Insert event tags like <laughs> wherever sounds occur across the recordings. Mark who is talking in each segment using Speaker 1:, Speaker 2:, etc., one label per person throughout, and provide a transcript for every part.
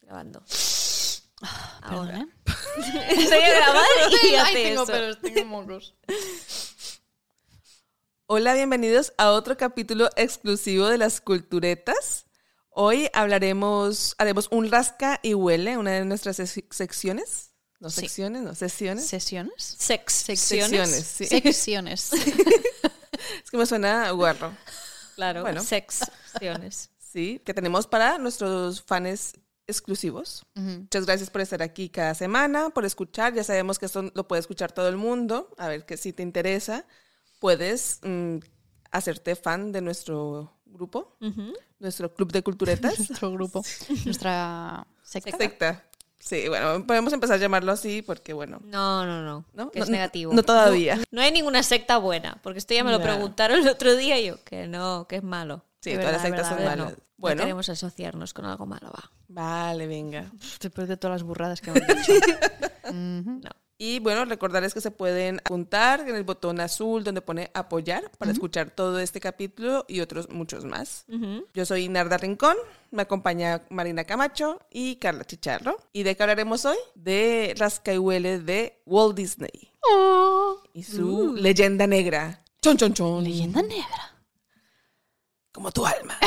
Speaker 1: Grabando.
Speaker 2: Perdón,
Speaker 1: Ahora.
Speaker 2: ¿eh?
Speaker 1: Estoy a grabar y
Speaker 2: Ay,
Speaker 1: hace
Speaker 2: tengo
Speaker 1: eso.
Speaker 2: pelos, tengo mocos.
Speaker 3: Hola, bienvenidos a otro capítulo exclusivo de las culturetas. Hoy hablaremos, haremos un rasca y huele, una de nuestras sec- secciones. No
Speaker 2: Sí.
Speaker 3: secciones, no sesiones.
Speaker 2: ¿Sesiones?
Speaker 1: Sex.
Speaker 3: Secciones,
Speaker 2: <laughs>
Speaker 3: sí.
Speaker 2: Secciones.
Speaker 3: Es que me suena guarro.
Speaker 1: Claro.
Speaker 3: Bueno. <laughs>
Speaker 1: Secciones.
Speaker 3: Sí, que tenemos para nuestros fans exclusivos.
Speaker 2: Ujú.
Speaker 3: Muchas gracias por estar aquí cada semana, por escuchar. Ya sabemos que esto lo puede escuchar todo el mundo. A ver que si te interesa, puedes mm, hacerte fan de nuestro grupo, nuestro club de culturetas.
Speaker 2: Nuestro grupo. Nuestra secta.
Speaker 3: Secta. Sí, bueno, podemos empezar a llamarlo así porque, bueno,
Speaker 1: No, no, no.
Speaker 3: ¿no?
Speaker 1: Que
Speaker 3: No,
Speaker 1: es
Speaker 3: no,
Speaker 1: negativo.
Speaker 3: No, todavía.
Speaker 1: No hay ninguna secta buena, porque esto ya me lo
Speaker 3: No.
Speaker 1: preguntaron el otro día y yo, que no, que es malo.
Speaker 3: Sí,
Speaker 2: Es
Speaker 3: todas las
Speaker 2: verdad,
Speaker 3: sectas
Speaker 2: es
Speaker 3: son
Speaker 2: verdad,
Speaker 1: No,
Speaker 3: malas.
Speaker 1: no
Speaker 3: bueno,
Speaker 1: queremos asociarnos con algo malo, va.
Speaker 3: vale, venga.
Speaker 2: Después de todas las burradas <laughs> que me han dicho. Ujú.
Speaker 1: No.
Speaker 3: Y bueno, recordarles que se pueden apuntar en el botón azul donde pone apoyar para escuchar todo este capítulo y otros muchos más. Yo soy Narda Rincón, me acompaña Marina Camacho y Carla Chicharro. ¿Y de qué hablaremos hoy? De Rasca y Huele de Walt Disney y
Speaker 2: Oh.
Speaker 3: su
Speaker 2: Uh.
Speaker 3: leyenda negra. Chon, chon, chon.
Speaker 2: Leyenda negra.
Speaker 3: Como tu alma.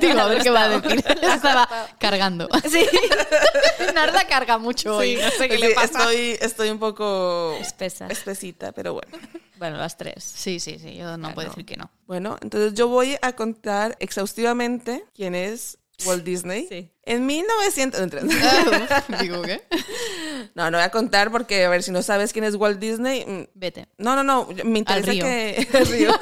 Speaker 2: Digo, a ver qué va a decir. <laughs> Estaba cargando.
Speaker 1: Sí.
Speaker 2: <laughs> Narda carga mucho hoy. No sé <laughs> qué le
Speaker 3: Sí,
Speaker 2: pasa.
Speaker 3: Estoy, estoy un poco
Speaker 1: Espesa.
Speaker 3: espesita, pero bueno.
Speaker 1: Bueno, las tres.
Speaker 2: Sí, sí, sí. Yo Ah, no puedo decir que <laughs> no.
Speaker 3: Bueno, entonces yo voy a contar exhaustivamente quién es Walt Disney.
Speaker 1: Sí.
Speaker 3: En 1900...
Speaker 2: Digo, ¿qué?
Speaker 3: <laughs> No, no voy a contar porque, a ver, si no sabes quién es Walt Disney... mm,
Speaker 2: Vete.
Speaker 3: No, no, no, yo- me interesa
Speaker 2: río.
Speaker 3: que... <laughs> al río.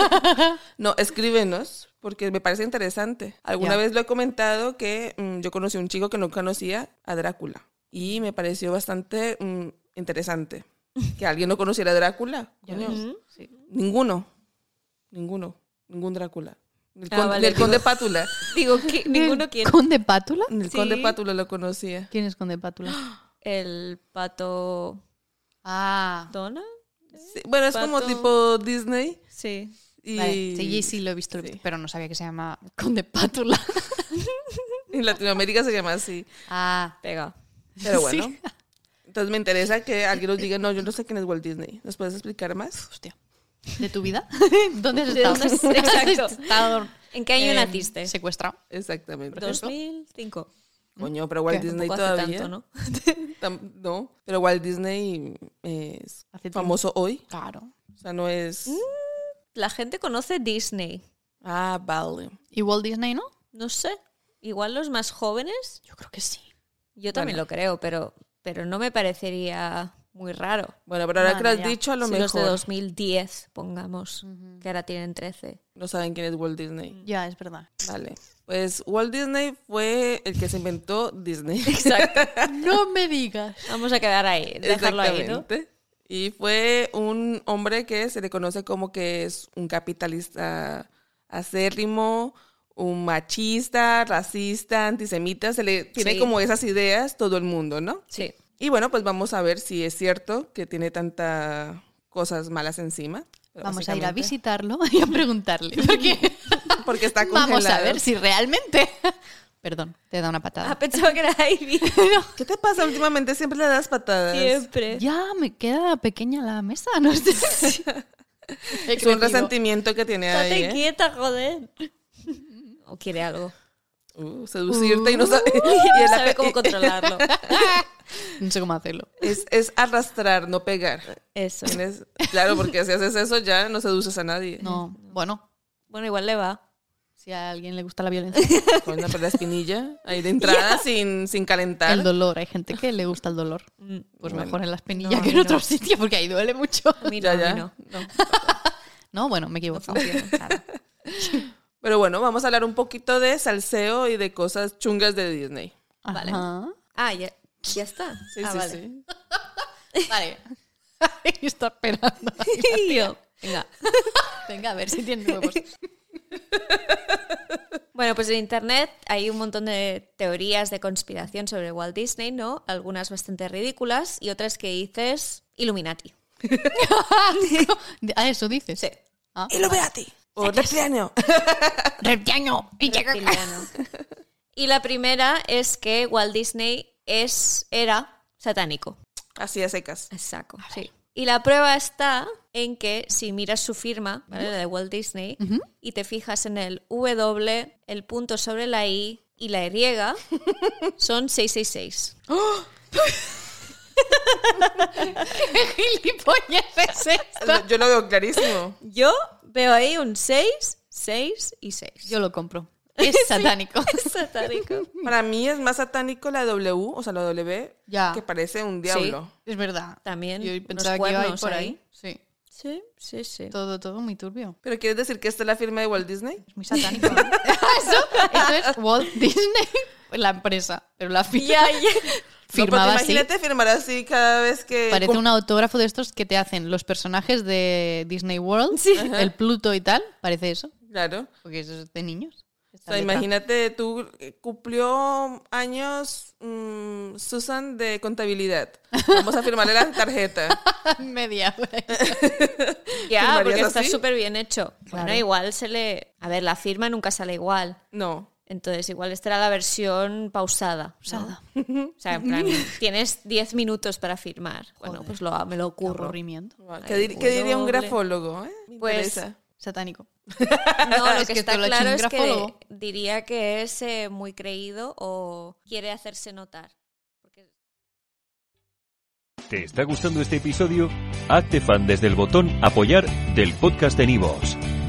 Speaker 3: No, escríbenos porque me parece interesante. Alguna
Speaker 2: Ya.
Speaker 3: vez lo he comentado que mm, yo conocí a un chico que no conocía a Drácula y me pareció bastante mm, interesante que alguien no conociera a Drácula.
Speaker 2: Ya
Speaker 3: Coño.
Speaker 2: ves. Sí.
Speaker 3: Ninguno. Ninguno. Ningún Drácula. Ni el,
Speaker 1: Ah,
Speaker 3: conde,
Speaker 1: vale,
Speaker 3: ni el
Speaker 1: digo-
Speaker 3: conde Pátula.
Speaker 1: Digo,
Speaker 3: <laughs>
Speaker 1: que ninguno quiere.
Speaker 2: ¿Conde Pátula?
Speaker 3: Ni el
Speaker 1: Sí.
Speaker 3: conde Pátula lo conocía.
Speaker 2: ¿Quién es Conde <gasps> Pátula?
Speaker 1: El pato
Speaker 2: Ah.
Speaker 1: dona.
Speaker 3: Sí, bueno, es como
Speaker 1: Pato.
Speaker 3: tipo Disney.
Speaker 1: Sí.
Speaker 3: Y
Speaker 2: Vale, sí, sí, lo he visto, lo he visto, pero no sabía que se llama Conde Pátula.
Speaker 3: en Latinoamérica se llama así.
Speaker 2: Ah,
Speaker 1: Pega.
Speaker 3: Pero bueno.
Speaker 2: <laughs> Sí.
Speaker 3: Entonces me interesa que alguien nos diga, no, yo no sé quién es Walt Disney. ¿Nos puedes explicar más?
Speaker 2: hostia. <laughs> ¿De tu vida? ¿Dónde has
Speaker 1: ¿De
Speaker 2: estado?
Speaker 1: dónde has- <laughs> exacto.
Speaker 2: Has estado,
Speaker 1: ¿En qué año
Speaker 2: <laughs> eh,
Speaker 1: naciste?
Speaker 2: Secuestrado.
Speaker 3: Exactamente.
Speaker 1: 2005.
Speaker 3: Coño, pero Walt
Speaker 2: ¿Qué?
Speaker 3: Disney
Speaker 1: Tampoco hace
Speaker 3: Pues todavía.
Speaker 1: tanto, ¿no?
Speaker 3: Tam- ¿no? pero Walt Disney eh, es
Speaker 2: Hace tiempo.
Speaker 3: famoso hoy.
Speaker 2: Claro.
Speaker 3: O sea, no es.
Speaker 1: La gente conoce Disney.
Speaker 3: Ah, vale.
Speaker 2: ¿Y Walt Disney no?
Speaker 1: No sé. Igual los más jóvenes,
Speaker 2: Yo creo que sí.
Speaker 1: yo también lo creo, pero, pero no me parecería muy raro.
Speaker 3: Bueno, pero ahora que lo
Speaker 2: Madre
Speaker 3: has
Speaker 2: ya.
Speaker 3: dicho, a lo
Speaker 1: si
Speaker 3: mejor
Speaker 1: los de 2010, pongamos, que ahora tienen 13.
Speaker 3: no saben quién es Walt Disney.
Speaker 2: Ya, es verdad.
Speaker 3: Vale. Pues Walt Disney fue el que se inventó Disney.
Speaker 1: Exacto.
Speaker 2: No me digas.
Speaker 1: <laughs> Vamos a quedar ahí, dejarlo ahí, ¿no?
Speaker 3: Exactamente. Y fue un hombre que se le conoce como que es un capitalista acérrimo, un machista, racista, antisemita. Se le tiene
Speaker 1: Sí.
Speaker 3: como esas ideas todo el mundo, ¿no?
Speaker 1: Sí.
Speaker 3: Y bueno, pues vamos a ver si es cierto que tiene tantas cosas malas encima.
Speaker 2: Vamos a ir a
Speaker 3: básicamente,
Speaker 2: visitarlo <laughs> y a preguntarle. Porque
Speaker 3: Porque está congelado.
Speaker 2: <laughs> vamos a ver si realmente... <laughs> Perdón, te da una
Speaker 1: Ah,
Speaker 2: patada.
Speaker 1: pensaba que era Ivy.
Speaker 3: <laughs> ¿Qué te pasa últimamente? Siempre le das patadas.
Speaker 1: Siempre.
Speaker 2: Ya, me queda pequeña la mesa, no <laughs> sé. He
Speaker 3: Es un
Speaker 2: crecido.
Speaker 3: resentimiento que tiene ahí.
Speaker 1: Estate
Speaker 3: ¿eh?
Speaker 1: quieta,
Speaker 3: <laughs>
Speaker 1: joder. O quiere algo.
Speaker 3: Uh, seducirte y no sabe.
Speaker 2: Uh.
Speaker 1: Y <laughs>
Speaker 3: y
Speaker 1: no
Speaker 3: es la
Speaker 1: sabe
Speaker 3: pe-
Speaker 1: cómo controlarlo.
Speaker 2: No sé cómo hacerlo.
Speaker 3: <laughs> es, es arrastrar, no pegar. <laughs>
Speaker 1: Eso.
Speaker 3: Tienes- claro, porque si haces eso ya no seduces a nadie.
Speaker 2: <laughs> No, bueno,
Speaker 1: Bueno, igual le va.
Speaker 2: si a alguien le gusta la violencia,
Speaker 3: Coño, pero la espinilla ahí de entrada sin, sin calentar.
Speaker 2: el dolor, hay gente que le gusta el dolor.
Speaker 1: Mm,
Speaker 2: Pues
Speaker 3: Bueno.
Speaker 2: mejor en
Speaker 1: No,
Speaker 2: la espinilla
Speaker 1: a
Speaker 2: que en
Speaker 1: mí
Speaker 2: otro
Speaker 1: no.
Speaker 2: sitio, porque ahí duele mucho.
Speaker 1: A mí no,
Speaker 3: Ya,
Speaker 1: a mí
Speaker 3: ya.
Speaker 1: no.
Speaker 3: No.
Speaker 2: No, bueno, me
Speaker 1: No
Speaker 2: equivoco.
Speaker 1: funciona, claro.
Speaker 3: Pero bueno, vamos a hablar un poquito de salseo y de cosas chungas de Disney.
Speaker 1: Vale.
Speaker 2: Ajá.
Speaker 1: Ah, ya, ya está.
Speaker 3: Sí,
Speaker 1: Ah,
Speaker 3: sí,
Speaker 1: vale.
Speaker 2: <laughs>
Speaker 3: sí.
Speaker 2: Vale. Ahí <laughs> está esperando.
Speaker 1: <laughs> Y yo, venga.
Speaker 2: Venga, a ver si tiene <laughs> huevos.
Speaker 1: Bueno, pues en Internet hay un montón de teorías de conspiración sobre Walt Disney, ¿no? Algunas bastante ridículas y otras que dices Illuminati.
Speaker 2: ¿A Ah, eso dices? Sí. Ah.
Speaker 3: Illuminati. O reptiliano.
Speaker 2: Reptiano. Y llega- <laughs>
Speaker 1: Reptiliano. Y la primera es que Walt Disney es, era satánico.
Speaker 3: Así a secas.
Speaker 1: Exacto, sí. Y la prueba está en que si miras su firma, ¿vale? la de Walt Disney, y te fijas en el W, el punto sobre la I y la
Speaker 3: <laughs>
Speaker 1: Y, son 666.
Speaker 2: ¡Qué gilipollas es esto?
Speaker 3: Yo lo veo clarísimo.
Speaker 1: Yo veo ahí un 6, 6 y 6. <laughs>
Speaker 2: Yo lo compro. Es satánico. <laughs>
Speaker 1: satánico.
Speaker 3: Para mí es más satánico la W, o sea, la W,
Speaker 2: Ya.
Speaker 3: que parece un diablo.
Speaker 2: Es verdad.
Speaker 1: También
Speaker 2: Yo
Speaker 1: unos
Speaker 2: pensaba que iba a ir
Speaker 1: cuernos
Speaker 2: por
Speaker 1: ahí.
Speaker 2: ahí. Sí.
Speaker 1: Sí, sí, sí.
Speaker 2: Todo, todo muy turbio.
Speaker 3: ¿Pero quieres decir que esta es la firma de Walt Disney?
Speaker 2: Es muy satánico. <laughs> ¿no? eso, eso es Walt Disney, la empresa. Pero la firma,
Speaker 1: Ya, ya.
Speaker 3: No,
Speaker 2: firmaba
Speaker 3: porque
Speaker 2: así.
Speaker 3: imagínate firmar así cada vez que...
Speaker 2: Parece
Speaker 3: com-
Speaker 2: un autógrafo de estos que te hacen los personajes de Disney World, el Pluto y tal. Parece eso,
Speaker 3: Claro.
Speaker 2: porque eso es de niños.
Speaker 3: O sea, imagínate, tú eh, cumplió años mm, Susan de contabilidad. Vamos a firmarle la tarjeta.
Speaker 2: <laughs> Media. güey.
Speaker 1: <laughs> Ya, porque
Speaker 3: ¿Firmarías
Speaker 1: está
Speaker 3: así?
Speaker 1: súper bien hecho. Bueno,
Speaker 2: Claro.
Speaker 1: igual se le... A ver, la firma nunca sale igual. <laughs>
Speaker 3: No.
Speaker 1: Entonces, igual esta era la versión pausada. Pausada. O sea, en plan, tienes 10 minutos para firmar. Bueno, pues lo, me lo ocurro.
Speaker 2: Aburrimiento.
Speaker 3: ¿Qué, dir-
Speaker 1: Ay,
Speaker 3: qué diría un
Speaker 1: doble.
Speaker 3: grafólogo? eh? Me
Speaker 1: Pues,
Speaker 3: interesa.
Speaker 2: Satánico.
Speaker 1: <laughs> No, lo
Speaker 2: Es
Speaker 1: que
Speaker 2: que
Speaker 1: está
Speaker 2: esto lo ha hecho
Speaker 1: claro
Speaker 2: un
Speaker 1: es que
Speaker 2: grafólogo.
Speaker 1: diría que es eh, muy creído o quiere hacerse notar. Porque
Speaker 4: ¿Te está gustando este episodio? Hazte fan desde el botón Apoyar del podcast de Nivos.